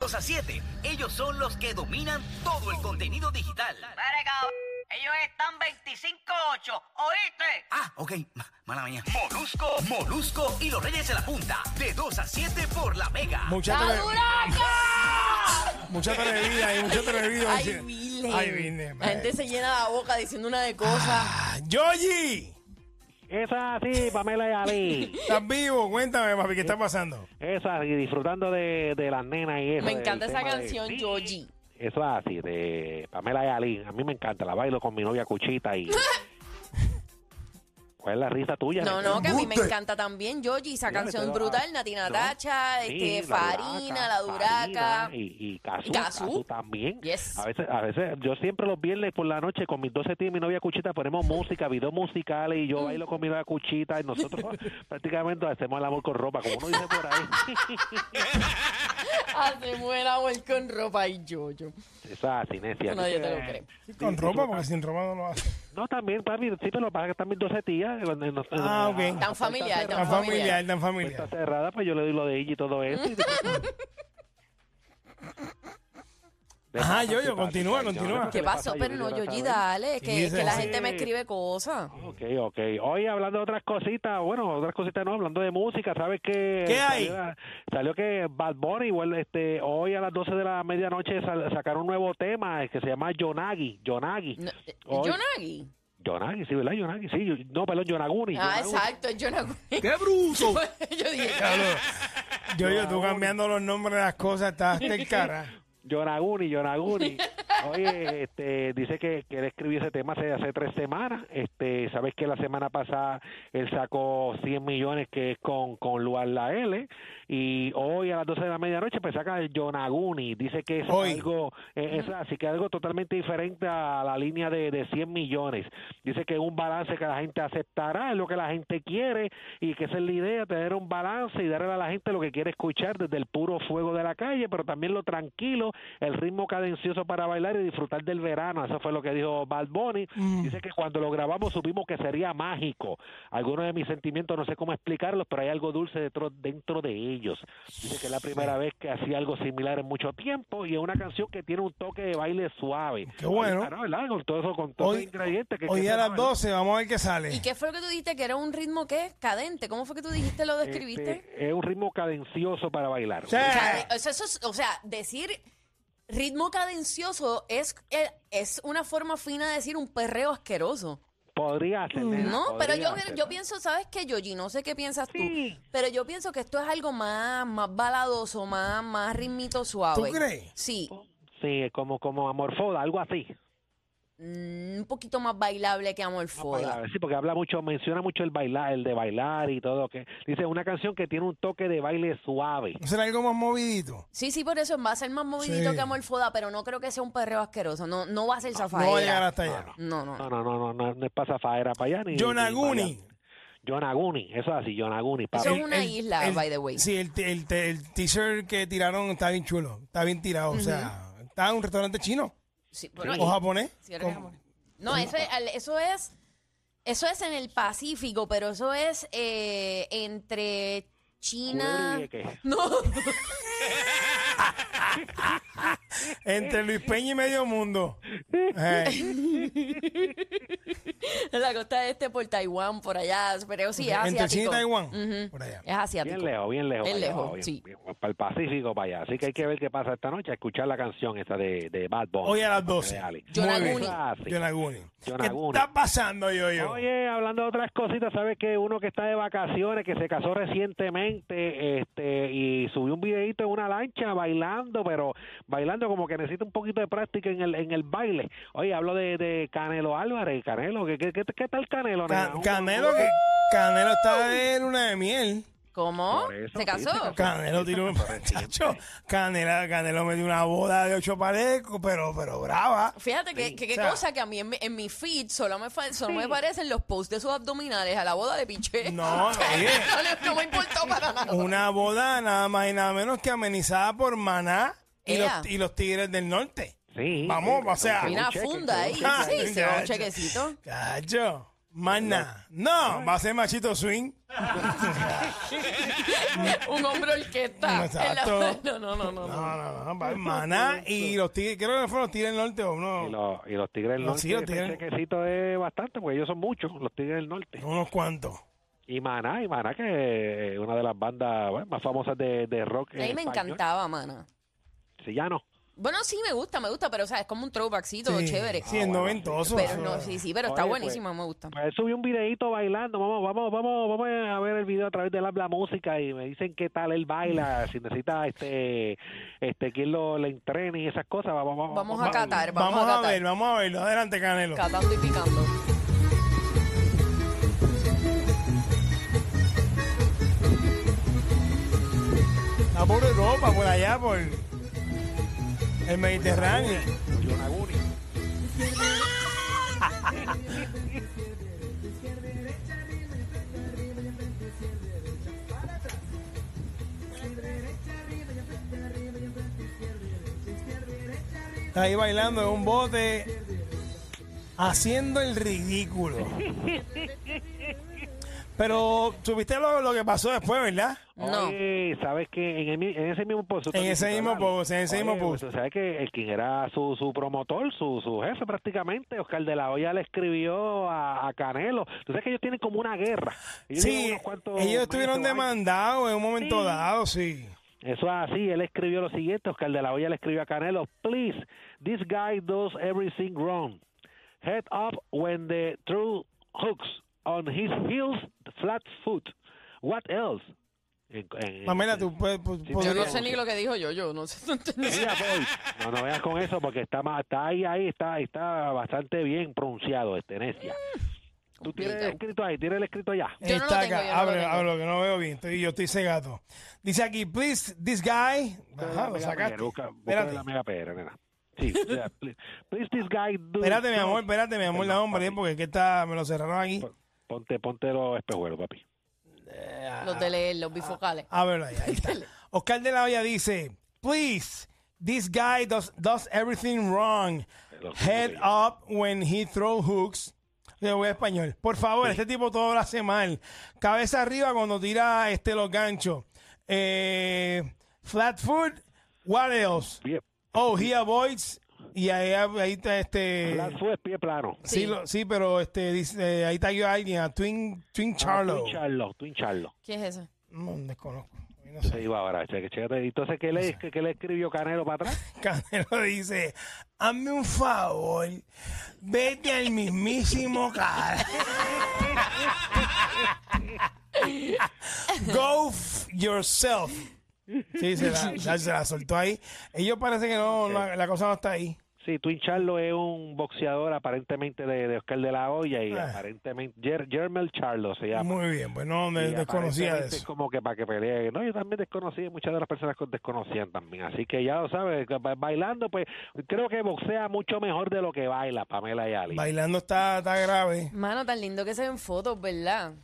2 a 7. Ellos son los que dominan todo el contenido digital. Espere, cabrón. Ellos están 25-8, ¿oíste? Ah, ok. ma- Mala mía. Molusco, Molusco y los Reyes de la Punta. De 2 a 7 por la Mega. Mucha, tele- mucha televida y mucha televida. Ay, Virgen. Ay, Virgen. La gente se llena la boca diciendo una de cosas. Ah, Yoyi, Esa sí, Pamela y Ali. estás vivo. Cuéntame, papi, ¿qué está pasando? Esa y disfrutando de, de las nenas y eso. Me del encanta esa tema de- canción, Sí. Yoji. Eso así, de Pamela y Ali. A mí me encanta, la bailo con mi novia Cuchita y... ¿Cuál es la risa tuya? No, no, que a mí me encanta también, Yoji. Esa Mira, canción pero, brutal, ah, Natina no. Tacha, este, Sí, Farina, La Duraca. Farina Y, y Cazú, ¿Y Cazú? Cazú también. Yes. A veces, a veces, yo siempre los viernes por la noche con mis 12 tíos y mi novia Cuchita ponemos música, videos musicales y yo bailo con mi novia Cuchita y nosotros prácticamente hacemos el amor con ropa, como uno dice por ahí. Hacemos el amor con ropa y yoyo. Esa cinesia. No, yo te lo creo. Sí, con ropa, porque sin ropa no lo hace. No, también, papi, sí, pero lo que pasa es que están mis 12 tías. en- en- en- Ah, ok. en- Tan familiar, Tan tan familiar. familiar, tan Está familiar. cerrada, pues yo le doy lo de ella y todo eso. y- Ajá, Yoyo, continúa, Yo no sé continúa. ¿Qué le pasa pasó? a Pero no, Yuri, ¿verdad? Yoji, dale, que, Sí, que la sí. gente me escribe cosas. Ok, ok. Hoy hablando de otras cositas, bueno, otras cositas no, hablando de música, ¿sabes qué? ¿Qué hay? Salió, la- salió que Bad Bunny, bueno, este, hoy a las 12 de la medianoche sal- sacaron un nuevo tema eh, que se llama Yonagi, Yonagi. No, eh, Hoy- ¿Yonagi? Yonagi, sí, ¿verdad? Yonagi, sí. yo- No, perdón, Yonaguni. Ah, Yonaguni. exacto, es Yonagi. ¡Qué bruto! Yo dije, Yoyo, tú cambiando los nombres de las cosas, estás del cara. Yonaguni, Yonaguni. Oye, este, dice que, que él escribió ese tema hace, hace tres semanas. Este, Sabes que la semana pasada él sacó 100 millones, que es con, con Luar La L. Y hoy a las 12 de la medianoche, pues saca el Yonaguni. Dice que es Hoy. algo, eh, es así que algo totalmente diferente a la línea de, de 100 millones. Dice que es un balance que la gente aceptará, es lo que la gente quiere y que esa es la idea, tener un balance y darle a la gente lo que quiere escuchar desde el puro fuego de la calle, pero también lo tranquilo, el ritmo cadencioso para bailar y disfrutar del verano. Eso fue lo que dijo Bad Bunny. Mm. Dice que cuando lo grabamos supimos que sería mágico. Algunos de mis sentimientos no sé cómo explicarlos, pero hay algo dulce dentro, dentro de ellos. Dice que es la primera vez que hacía algo similar en mucho tiempo y es una canción que tiene un toque de baile suave. Qué bueno. Ahí está, ¿no? ¿Verdad? Con todo eso, con todos los Hoy, ingredientes. Que, hoy que a se las van. 12, vamos a ver qué sale. ¿Y qué fue lo que tú dijiste? ¿Que era un ritmo qué? Cadente. ¿Cómo fue que tú dijiste lo Este, describiste? es un ritmo cadencioso para bailar. Sí. Cade- o sea, eso es- o sea, decir ritmo cadencioso es, eh, es una forma fina de decir un perreo asqueroso. Podría ser. nena, No, podría pero yo, ser. yo pienso, ¿sabes qué, Yoji? No sé qué piensas Sí. tú, pero yo pienso que esto es algo más, más baladoso, más, más ritmito suave. ¿Tú crees? Sí, Sí, como, como amorfoda, algo así. mm, un poquito más bailable que Amor Foda. Sí, porque habla mucho, menciona mucho el bailar, el de bailar y todo. que Dice una canción que tiene un toque de baile suave. ¿No será algo más movidito? Sí, sí, por eso va a ser más movidito Sí. que Amor Foda, pero no creo que sea un perreo asqueroso. No, no va a ser Ah, No va a llegar zafaera. hasta allá. Ah. No, no, No, no, no, no, no, no es para zafaera para allá ni. ni Yonaguni. para allá. Yonaguni, eso es así, Yonaguni. Eso papi. es una isla, by the way. Sí, el, te- el, te- el t-shirt que tiraron está bien chulo. Está bien tirado. O sea, está en un restaurante chino Sí, bueno, o y- japonés. Sí, era con- japonés. No, eso es, al- eso es eso es en el Pacífico, pero eso es eh, entre China. Culebra y Vieques. No, entre Luis Peña y Medio Mundo. Eh, en la costa este por Taiwán, por allá, pero sí, es entre China y asiático. Taiwán. Por allá. Es asiático. Bien lejos, bien lejos. Bien allá lejos, abajo, bien- sí. bien- para el Pacífico, para allá. Así que hay que ver qué pasa esta noche, escuchar la canción esta de, de Bad Bunny. Hoy a las 12. Reales. Yonaguni. Muy bien. Ah, sí. Yonaguni. ¿Qué Yonaguni. está pasando, yo, yo? Oye, hablando de otras cositas, ¿sabes que uno que está de vacaciones, que se casó recientemente este y subió un videito en una lancha bailando, pero bailando como que necesita un poquito de práctica en el, en el baile? Oye, hablo de, de Canelo Álvarez. Canelo, ¿qué, qué, qué, qué tal Canelo? Ca- nena? Un- Canelo, que- Canelo está de luna de miel. ¿Cómo? Por eso, ¿Se sí, se casó? casó. Canelo tiró muchacho. Canela, Canelo me dio una boda de ocho pares, pero, pero brava. Fíjate que, que- qué o sea- cosa que a mí en mi, en mi feed solo me, fa- solo me parecen los posts de sus abdominales a la boda de Piché. No, oye. no, le- no me importó para nada. Una boda nada más y nada menos que amenizada por Maná y los, Ea. y los Tigres del Norte. Sí. Vamos, o sea. un Mira, cheque, funda ahí. Ah, Sí, se va un chacho. chequecito. Cacho, Maná. No, va a ser machito swing. un hombre orquesta. Exacto. En la- No, no, no, no. No, no. no, no, va- Maná y los Tigres, creo que fueron los Tigres del Norte o Y no, los, y los Tigres del Sí, Norte, los ese Tigres. chequecito es bastante, porque ellos son muchos, los Tigres del Norte. unos cuantos. Y Maná, y Maná, que es una de las bandas bueno, más famosas de, de rock. A mí me español. encantaba, mana. Sí, ya no. Bueno, sí, me gusta, me gusta, pero o sea, es como un throwbackcito chévere. Sí, Ah, es noventoso. Pero no, sí, sí, pero está Oye, buenísimo, me gusta. Pues él subió un videito bailando. Vamos, vamos, vamos, vamos a ver el video a través de la, la música y me dicen qué tal él baila, si necesita este, este, quién lo le entrene y esas cosas. Vamos, vamos, Vamos a Qatar, vamos, Vamos a Qatar. ver, vamos a verlo. Adelante, Canelo. Catando y picando. Está por Europa, por allá, por el Mediterráneo. Yonaguni. Está ahí bailando en un bote, haciendo el ridículo. Pero supiste lo, lo que pasó después, ¿verdad? No. Oye, sabes que en, el mi- en ese mismo post. En ese mismo post, en ese mismo post. pues, Sabes que el quien era su, su promotor, su, su jefe prácticamente, Oscar de la Hoya, le escribió a, a Canelo. Tú sabes que ellos tienen como una guerra. Ellos llevan Sí, unos cuantos ellos meses estuvieron o años. demandados en un momento Sí. dado, sí. Eso es así, él escribió lo siguiente, Oscar de la Hoya le escribió a Canelo, please, this guy does everything wrong. Head up when the true hooks on his heels, flat foot. What else? En- en- Pamela, tú puedes... pues, pu- Sí, Yo podrías- no sé ni lo que dijo yo, yo no sé. no entendí. Mira, Paul, No, no veas con eso porque está, ma- está ahí, ahí, está, está bastante bien pronunciado este necia. Tú tienes el complicado. escrito ahí, tienes el escrito allá. Yo no lo Está tengo, acá. yo no lo Ábrelo, tengo. ábrelo, que no veo bien. Estoy, yo estoy cegado. Dice aquí, please, this guy... Ajá, lo Mira, sacaste. mira, busca- busca Espérate. la mega pera, nena. Sí, o sea, please, please this guy do- Espérate, mi amor, espérate, mi amor, la Perdón, hombre, papi. porque es que está, me lo cerraron aquí. Ponte, ponte los espejuelos, papi. Los de leer, los bifocales. Ah, bueno, ahí, ahí está. Oscar de la Hoya dice, please, this guy does, does everything wrong. Head up when he throw hooks. Le voy a español. Por favor, este tipo todo lo hace mal. Cabeza arriba cuando tira este los ganchos. Eh, flat foot, what else? Pie, Oh, he avoids. Y ahí, ahí está este... la- sube pie plano. Sí, Sí. lo- sí, pero este, dice, eh, ahí está yo a alguien, a Twin, Twin Charlo. Ah, Twin Charlo, Twin Charlo. ¿Qué es eso? No, desconozco. No sé. Se iba ahora. che- che- chécate. Entonces, ¿qué le, qué- qué le escribió Canelo para atrás? Canelo dice, hazme un favor, vete al mismísimo cara. Go f- yourself. Sí, se la, ya se la soltó ahí. Ellos parece que no, la, la cosa no está ahí. Sí, Twin Charlo es un boxeador aparentemente de, de Oscar de la Hoya y Ah. aparentemente Jer- Jermel Charlo se llama. Muy bien, pues no, me Y desconocía de aparentemente es eso. como que para que pelee. No, yo también desconocía, muchas de las personas que desconocían también. Así que ya lo sabes, que ba- bailando, pues creo que boxea mucho mejor de lo que baila Pamela y Ali. Bailando está, está grave. Mano, tan lindo que se ven fotos, ¿verdad?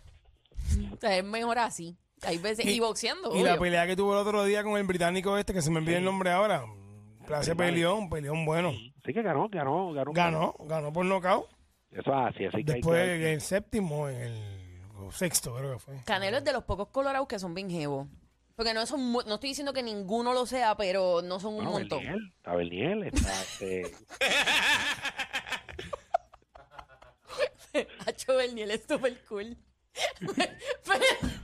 O sea, es mejor así. Hay veces. Y, boxeando, Y la obvio. pelea que tuvo el otro día con el británico este, que se me olvida el nombre ahora. Placer peleón, peleón bueno. Así que ganó, ganó, ganó. Ganó, ganó por nocaut. Eso es así, así que hay Después que... en el séptimo, en el o sexto creo que fue. Canelo es de los pocos colorados que son bien jevos. Porque no son mu- no estoy diciendo que ninguno lo sea, pero no son un Bueno, montón. Berniel, está Berniel, está este, Hacho Berniel es súper cool. Pero-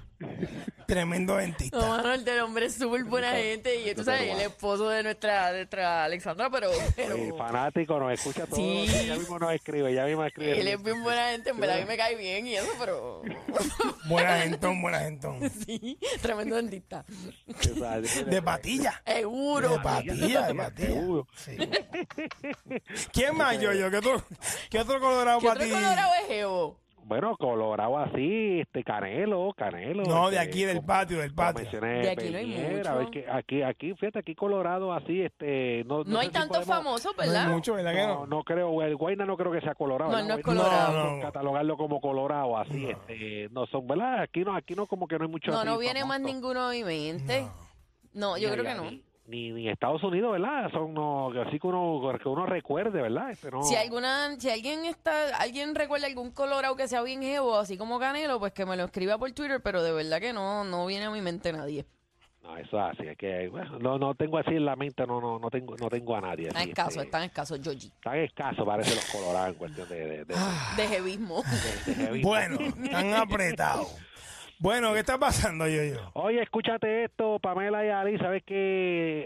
Tremendo dentista. No, mano, el del hombre es súper buena gente. Y tú sabes, el esposo de nuestra, de nuestra Alexandra, pero. pero- Sí, fanático, nos escucha todo. Sí. Ya mismo nos escribe, ya mismo escribe. él es bien buena gente, en verdad que me cae bien y eso, pero. Buena gentón, buena gentón. Sí, tremendo dentista. Exacto. De patilla. Seguro. De patilla, de patilla. Seguro. Sí. ¿Quién más, Yoyo? ¿Qué otro, qué otro colorado ¿Qué para otro ti? colorado es Evo? Bueno, Colorado así, este Canelo, Canelo. No, este, de aquí, del como- patio, del como patio. mencioné, De aquí no hay Peñera, mucho. a ver que aquí, aquí, fíjate, aquí Colorado así, este, no, No hay sé si tantos podemos- famosos, No hay ¿verdad? mucho, ¿verdad que No, no? no creo, el Guayna no creo que sea Colorado. No, ¿verdad? no es Guayna Colorado. podemos Catalogarlo como Colorado, así, este, no son, ¿verdad? Aquí no, aquí no como que no hay mucho. No, así no viene famoso. más ninguno a mi mente. No, yo Ni creo que allá, no. Ni, ni- ni Estados Unidos, ¿verdad? Son no, así que uno, que uno recuerde, ¿verdad? Este, no, Oh. Si alguna, si alguien está, alguien recuerda algún colorado que sea bien jevo, así como Canelo, pues que me lo escriba por Twitter, pero de verdad que no, no viene a mi mente nadie. no, eso es así, es que, bueno, no, no tengo así en la mente, no, no, no tengo, no tengo a nadie. Tan así, escaso, este, es tan escaso, Georgie. Tan escaso parece los colorados en cuestión de, de, de- Ah. De jevismo. de- de vista. Bueno, tan apretado. Bueno, ¿qué está pasando, Yoyo? Oye, escúchate esto, Pamela y Ali, sabes que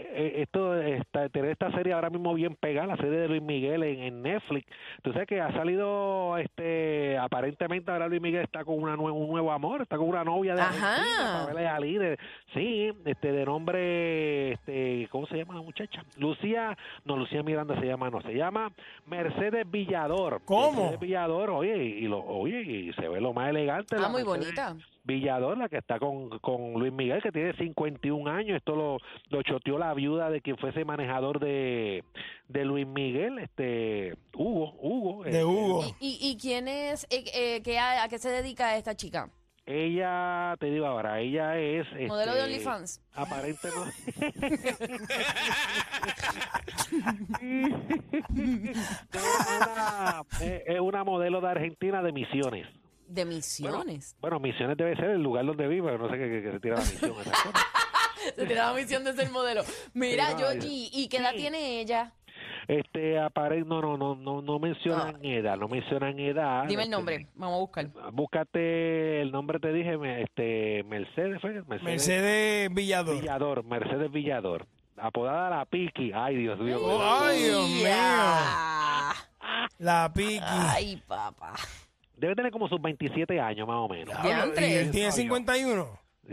eh, esto esta, tener esta serie ahora mismo bien pegada, la serie de Luis Miguel en, en Netflix. Tú sabes que ha salido, este, aparentemente ahora Luis Miguel está con una nue- un nuevo amor, está con una novia de Ajá. Argentina, Pamela y Ali, de- sí, este, de nombre, este, ¿cómo se llama la muchacha? Lucía, no, Lucía Miranda se llama, no, se llama Mercedes Villador. ¿Cómo? Mercedes Villador, oye, y lo, oye, y se ve lo más elegante. Ah, la muy Mercedes bonita. Villador, la que está con, con Luis Miguel, que tiene 51 años. Esto lo, lo choteó la viuda de quien fuese manejador de, de Luis Miguel, este Hugo. Hugo De eh, Hugo. ¿Y, y quién es, eh, eh, qué- a, a qué se dedica esta chica? Ella, te digo ahora, ella es. Modelo de este, OnlyFans. Aparentemente. es, una, eh, es una modelo de Argentina de misiones. De misiones. Bueno, misiones debe ser el lugar donde vive, pero no sé qué qué- qué se tira la misión. esas cosas. Se te da la misión de ser modelo. Mira, Sí, no, Georgie, ¿y qué edad sí. tiene ella? Este apare no no no no no mencionan edad, no mencionan Ah, edad. Dime el Este, nombre, vamos a buscar. Búscate el nombre te dije, me- este Mercedes, fue, Mercedes, Mercedes Villador. Villador, Mercedes Villador, apodada la Piki. Ay, Dios mío. Oh, ay, Dios mío. Ya. La Piqui. Ay, papá. Debe tener como sus 27 años más o menos. Diablo, diantre. ¿y él tiene 51.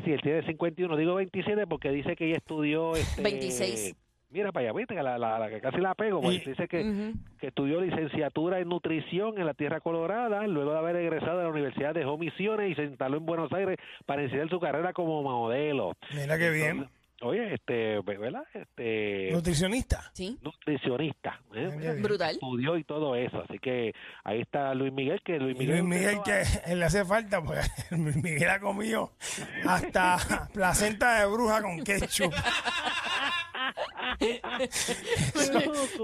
Sí, él tiene 51, digo 27 porque dice que ella estudió este 26. Mira para allá, viste que la, la- la que casi la pego, porque dice que, que estudió licenciatura en nutrición en la Tierra Colorada, luego de haber egresado de la Universidad dejó misiones y se instaló en Buenos Aires para iniciar su carrera como modelo. Mira qué bien. Entonces, Oye, este, ¿verdad? Este, Nutricionista. Sí, nutricionista. ¿eh? Mira qué bien. brutal. Estudió y todo eso, así que ahí está Luis Miguel, que Luis Y Eh, Miguel... Luis Miguel, empezó a- que él le hace falta, porque Luis Miguel ha comido hasta placenta de bruja con ketchup.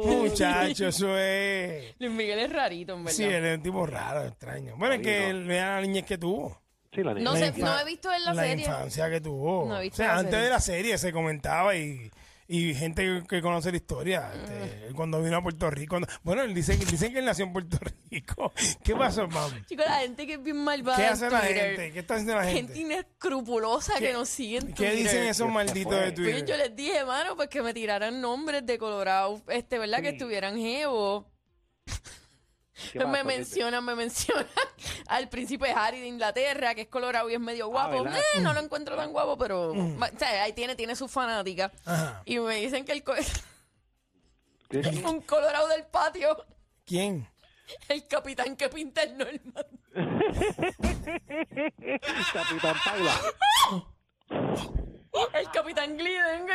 Muchacho, eso es. Luis Miguel es rarito, en verdad. Sí, él es un tipo raro, extraño. Bueno, es que él vea la niñez que tuvo. Sí, la No niña. sé, no he visto en la, serie. infancia que tuvo. No he o visto sea, la antes serie. de la serie se comentaba y, y gente que- que conoce la historia. este, Mm. él Cuando vino a Puerto Rico. cuando- bueno, él dice, dicen que él nació en Puerto Rico. ¿Qué pasó, mami? Chicos, la gente que es bien malvada. ¿Qué en hace la Twitter. gente? ¿Qué está haciendo la Gente, gente? inescrupulosa que nos sigue en ¿Qué Twitter. dicen esos malditos de Pues yo Twitter? les dije, mano, pues que me tiraran nombres de Colorado, este, ¿verdad? Que estuvieran jevo. ¿Qué me pasó? mencionan, me mencionan al príncipe Harry de Inglaterra, que es Colorado y es medio guapo. Ah, ¿verdad? Eh, no lo encuentro tan guapo, pero Mm. ma- o sea, ahí tiene, tiene su fanática. Ajá. Y me dicen que el co- ¿Qué- qué- un Colorado del patio, ¿Quién? el capitán que pinta el normal. Capitán Paila. El capitán Glidden, ¿no?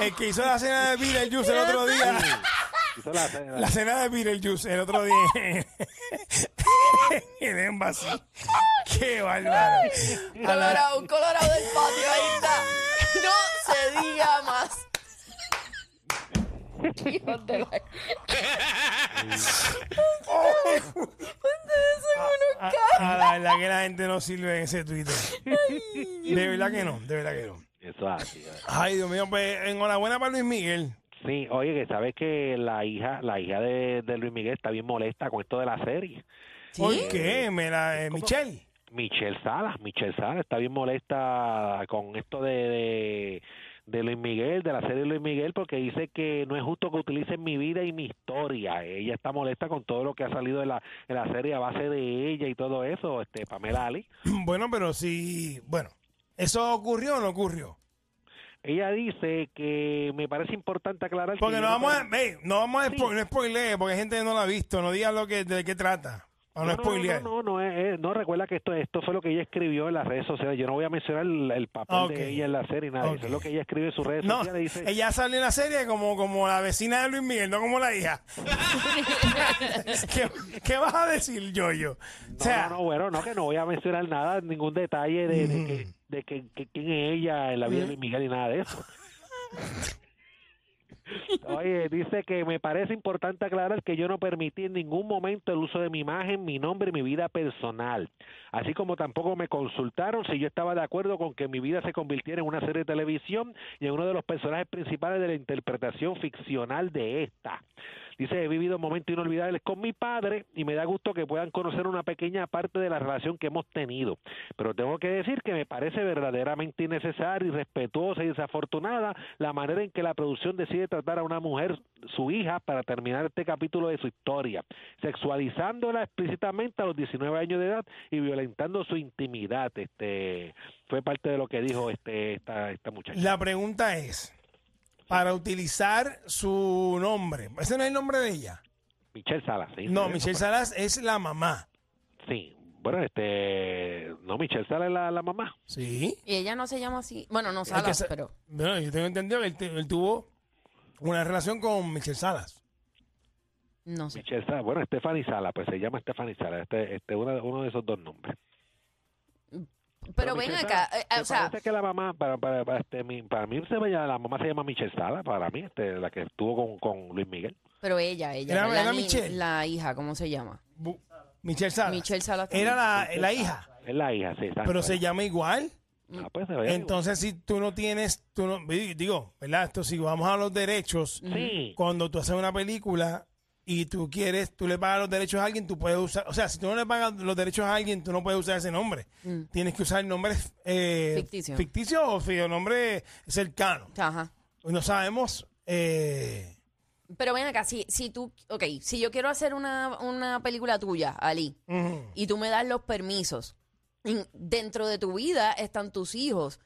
El que hizo la cena de Beetlejuice el otro día. Hizo la cena. La cena de Beetlejuice el otro día en- en el Embassy. ¡Qué bárbaro! A la- Colorado, un colorado del patio, ahí está. No se diga más. Hijos de la... Ustedes son unos a- ca- a la verdad que la gente no sirve en ese Twitter. De verdad que no, de verdad que no. Eso es así. ¿verdad? Ay, Dios mío, pues enhorabuena para Luis Miguel. Sí, oye, que sabes que la hija, la hija de, de Luis Miguel está bien molesta con esto de la serie. ¿Por qué? Me la, eh, Michelle. Michelle Salas, Michelle Salas está bien molesta con esto de, de, de Luis Miguel, de la serie Luis Miguel, porque dice que no es justo que utilicen mi vida y mi historia. Ella está molesta con todo lo que ha salido de la, de la serie a base de ella y todo eso, este Pamela Ali. Bueno, pero si, bueno, ¿eso ocurrió o no ocurrió? Ella dice que me parece importante aclarar Porque que no yo vamos a, creo- ey, no vamos a Sí. spo- no spoilees, porque hay gente que no la ha visto, no digas lo que, de qué trata, para no, spoilear. No, no, no, eh, eh, no, recuerda que esto, esto fue lo que ella escribió en las redes sociales. Yo no voy a mencionar el, el papel Ah, Ok. de ella en la serie, nada. Eso Ok. es lo que ella escribe en sus redes No, sociales. Dice, ella sale en la serie como, como la vecina de Luis Miguel, no como la hija. ¿Qué, qué vas a decir, Yoyo? no, no, no, bueno, no, que no voy a mencionar nada, ningún detalle de, de que, de que- que quién es ella en la vida de Luis Miguel y nada de eso. Oye, dice que me parece importante aclarar que yo no permití en ningún momento el uso de mi imagen, mi nombre y mi vida personal. Así como tampoco me consultaron si yo estaba de acuerdo con que mi vida se convirtiera en una serie de televisión y en uno de los personajes principales de la interpretación ficcional de esta. Dice, he vivido momentos inolvidables con mi padre y me da gusto que puedan conocer una pequeña parte de la relación que hemos tenido. Pero tengo que decir que me parece verdaderamente innecesaria, irrespetuosa y desafortunada la manera en que la producción decide tratar a una mujer, su hija, para terminar este capítulo de su historia, sexualizándola explícitamente a los 19 años de edad y violentando su intimidad. Este fue parte de lo que dijo este esta, esta muchacha. La pregunta es, para utilizar su nombre, ese no es el nombre de ella. Michelle Salas. ¿sí? No, Sí, Michelle Salas es la mamá. Sí. Bueno, este no Michelle Salas es la, la mamá. Sí. Y ella no se llama así. Bueno, no Es que Salas, sa- pero. Bueno, yo tengo entendido que él, te- él tuvo una relación con Michelle Salas. No sé. Michelle Salas, bueno, Stephanie Sala, pues se llama Stephanie Sala, este, este uno, de- uno de esos dos nombres. Pero ven Michelle acá. Sala, eh, eh, me o sea, parece que la mamá, para, para, para, este, mi- para mí se llama, la mamá se llama Michelle Sala, para mí, este, la que estuvo con, con Luis Miguel. pero ella, ella. Era- no la, era ni- Michelle. la hija, ¿cómo se llama? Bu- Michelle Salas. Michelle Salas Era la, la hija, Es la hija, sí, exacto. pero se llama igual. Ah, pues, se ve- Entonces, si tú no tienes, tú no, digo, ¿verdad? Esto si vamos a los derechos, Sí, cuando tú haces una película y tú quieres, tú le pagas los derechos a alguien, tú puedes usar, o sea, si tú no le pagas los derechos a alguien, tú no puedes usar ese nombre. Tienes que usar nombres eh, Mm. Ficticio. ficticio o fi- o nombre cercano. Pues Ajá. No sabemos. eh, Pero ven acá, si, si tú, ok, si yo quiero hacer una, una película tuya, Ali, y tú me das los permisos, en- dentro de tu vida están tus hijos.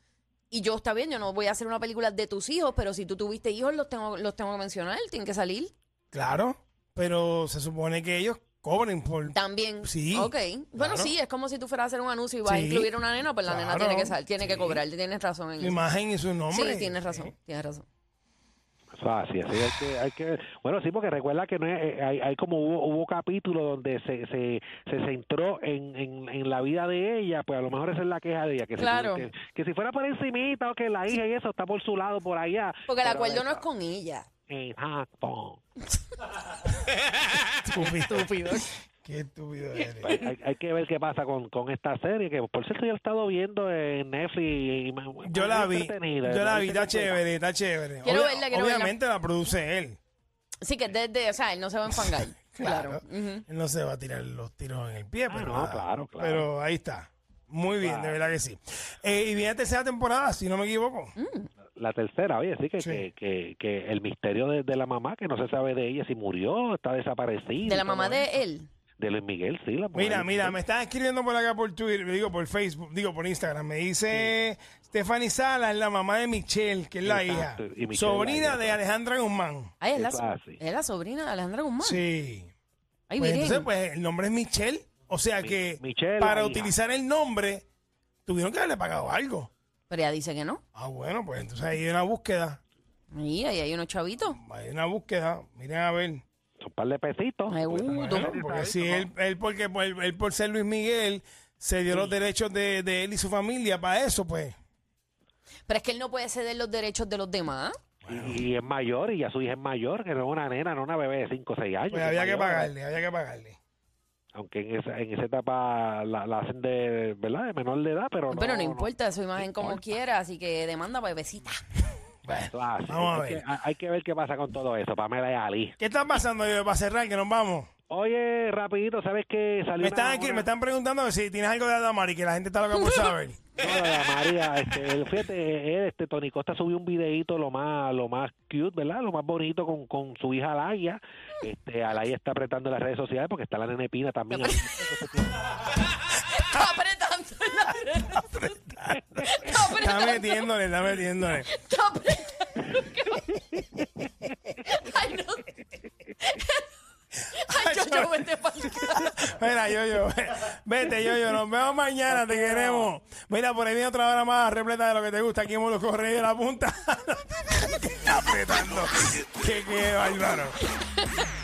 Y yo, está bien, yo no voy a hacer una película de tus hijos, pero si tú tuviste hijos, los tengo, los tengo que mencionar, tienen que salir. claro, pero se supone que ellos cobren por. También. Sí, Ok. Bueno, claro. sí, es como si tú fueras a hacer un anuncio y vas a Sí, incluir a una nena, pues la nena claro, tiene que salir, tiene que sí. cobrar, tienes razón en Su eso. imagen y su nombre. Sí, tienes razón, tienes razón. eso así, así hay que, hay que, bueno, sí, porque recuerda que no es, eh, hay, hay como hubo, hubo capítulo donde se, se, se centró en, en, en la vida de ella, pues a lo mejor esa es la queja de ella, que, Claro. si, que, que si fuera por encimita o que la hija y eso está por su lado, por allá. Porque el pero acuerdo no es esa- con ella. Exacto. Estúpido. Qué estúpido eres. Hay, hay- hay que ver qué pasa con, con esta serie, que por cierto yo he estado viendo en Netflix. y me- Yo muy la vi. entretenida, Yo la vi, está entretenida. chévere, está chévere. Quiero verla, quiero verla. obviamente la produce él. Sí, que desde, o sea, él no se va a enfangar. claro. Ujú. Él no se va a tirar los tiros en el pie, pero. no, nada. claro, claro. Pero ahí está. Muy bien, de verdad que sí. Eh, y viene la tercera temporada, si no me equivoco. La tercera, oye, sí que, Sí. Que, que, que el misterio de, de la mamá, que no se sabe de ella si murió, está desaparecida. De la y mamá todo de él. eso. De Luis Miguel, sí, la mujer Mira, mira, de Luis Miguel. me están escribiendo por acá por Twitter, digo por Facebook, digo por Instagram. Me dice Stephanie Salas, la mamá de Michelle, que es la Exacto, y hija. Michelle Sobrina la hija. de Alejandra Guzmán. Ay, es la, Eso so- es así. es la sobrina de Alejandra Guzmán. Sí. Ay, Pues miren. entonces, pues el nombre es Michelle. O sea Mi- que Michelle, para la hija. utilizar el nombre, tuvieron que haberle pagado algo. Pero ella dice que no. Ah, bueno, pues entonces ahí hay una búsqueda. Y ahí hay unos chavitos. Hay una bússqueda. Miren a ver. Un par de pesitos. Seguro. Bueno, porque si él, él porque por, él por ser Luis Miguel se dio los derechos de, de él y su familia para eso, pues. Pero es que él no puede ceder los derechos de los demás. Y, y es mayor, y ya su hija es mayor, que no es una nena, no una bebé de 5 o 6 años. Pues es había que mayor. pagarle, había que pagarle. Aunque en esa, en esa etapa la, la hacen de, ¿verdad? de menor de edad, pero no. Pero no importa su imagen como quiera, así que demanda bebecita. Bueno, Claro, sí. vamos a Hay ver. que- hay que ver qué pasa con todo eso, Pamela y Ali. ¿Qué está pasando yo para eh, cerrar que nos vamos? Oye, rapidito, ¿sabes qué? Salió Me una- están, aquí, una- me están preguntando si tienes algo de Adamari, que la gente está loca por saber. No, la de María, este, el- fíjate, él, este, Tony Costa subió un videito lo más, lo más cute, ¿verdad? Lo más bonito con, con su hija Alaya. Este, Alaya está apretando en las redes sociales porque está la nene Pina también. ahí. Está apretando en la red. Está Está apretando. metiéndole, está metiéndole. Está apretando. Ay, no. Ay, yo, yo, vete para Mira, yo, yo. Vete, yo, yo. Nos vemos mañana, te queremos. Mira, por ahí viene otra hora más repleta de lo que te gusta. Aquí en los Reyes de la Punta. Te está apretando. Qué, qué bárbaro.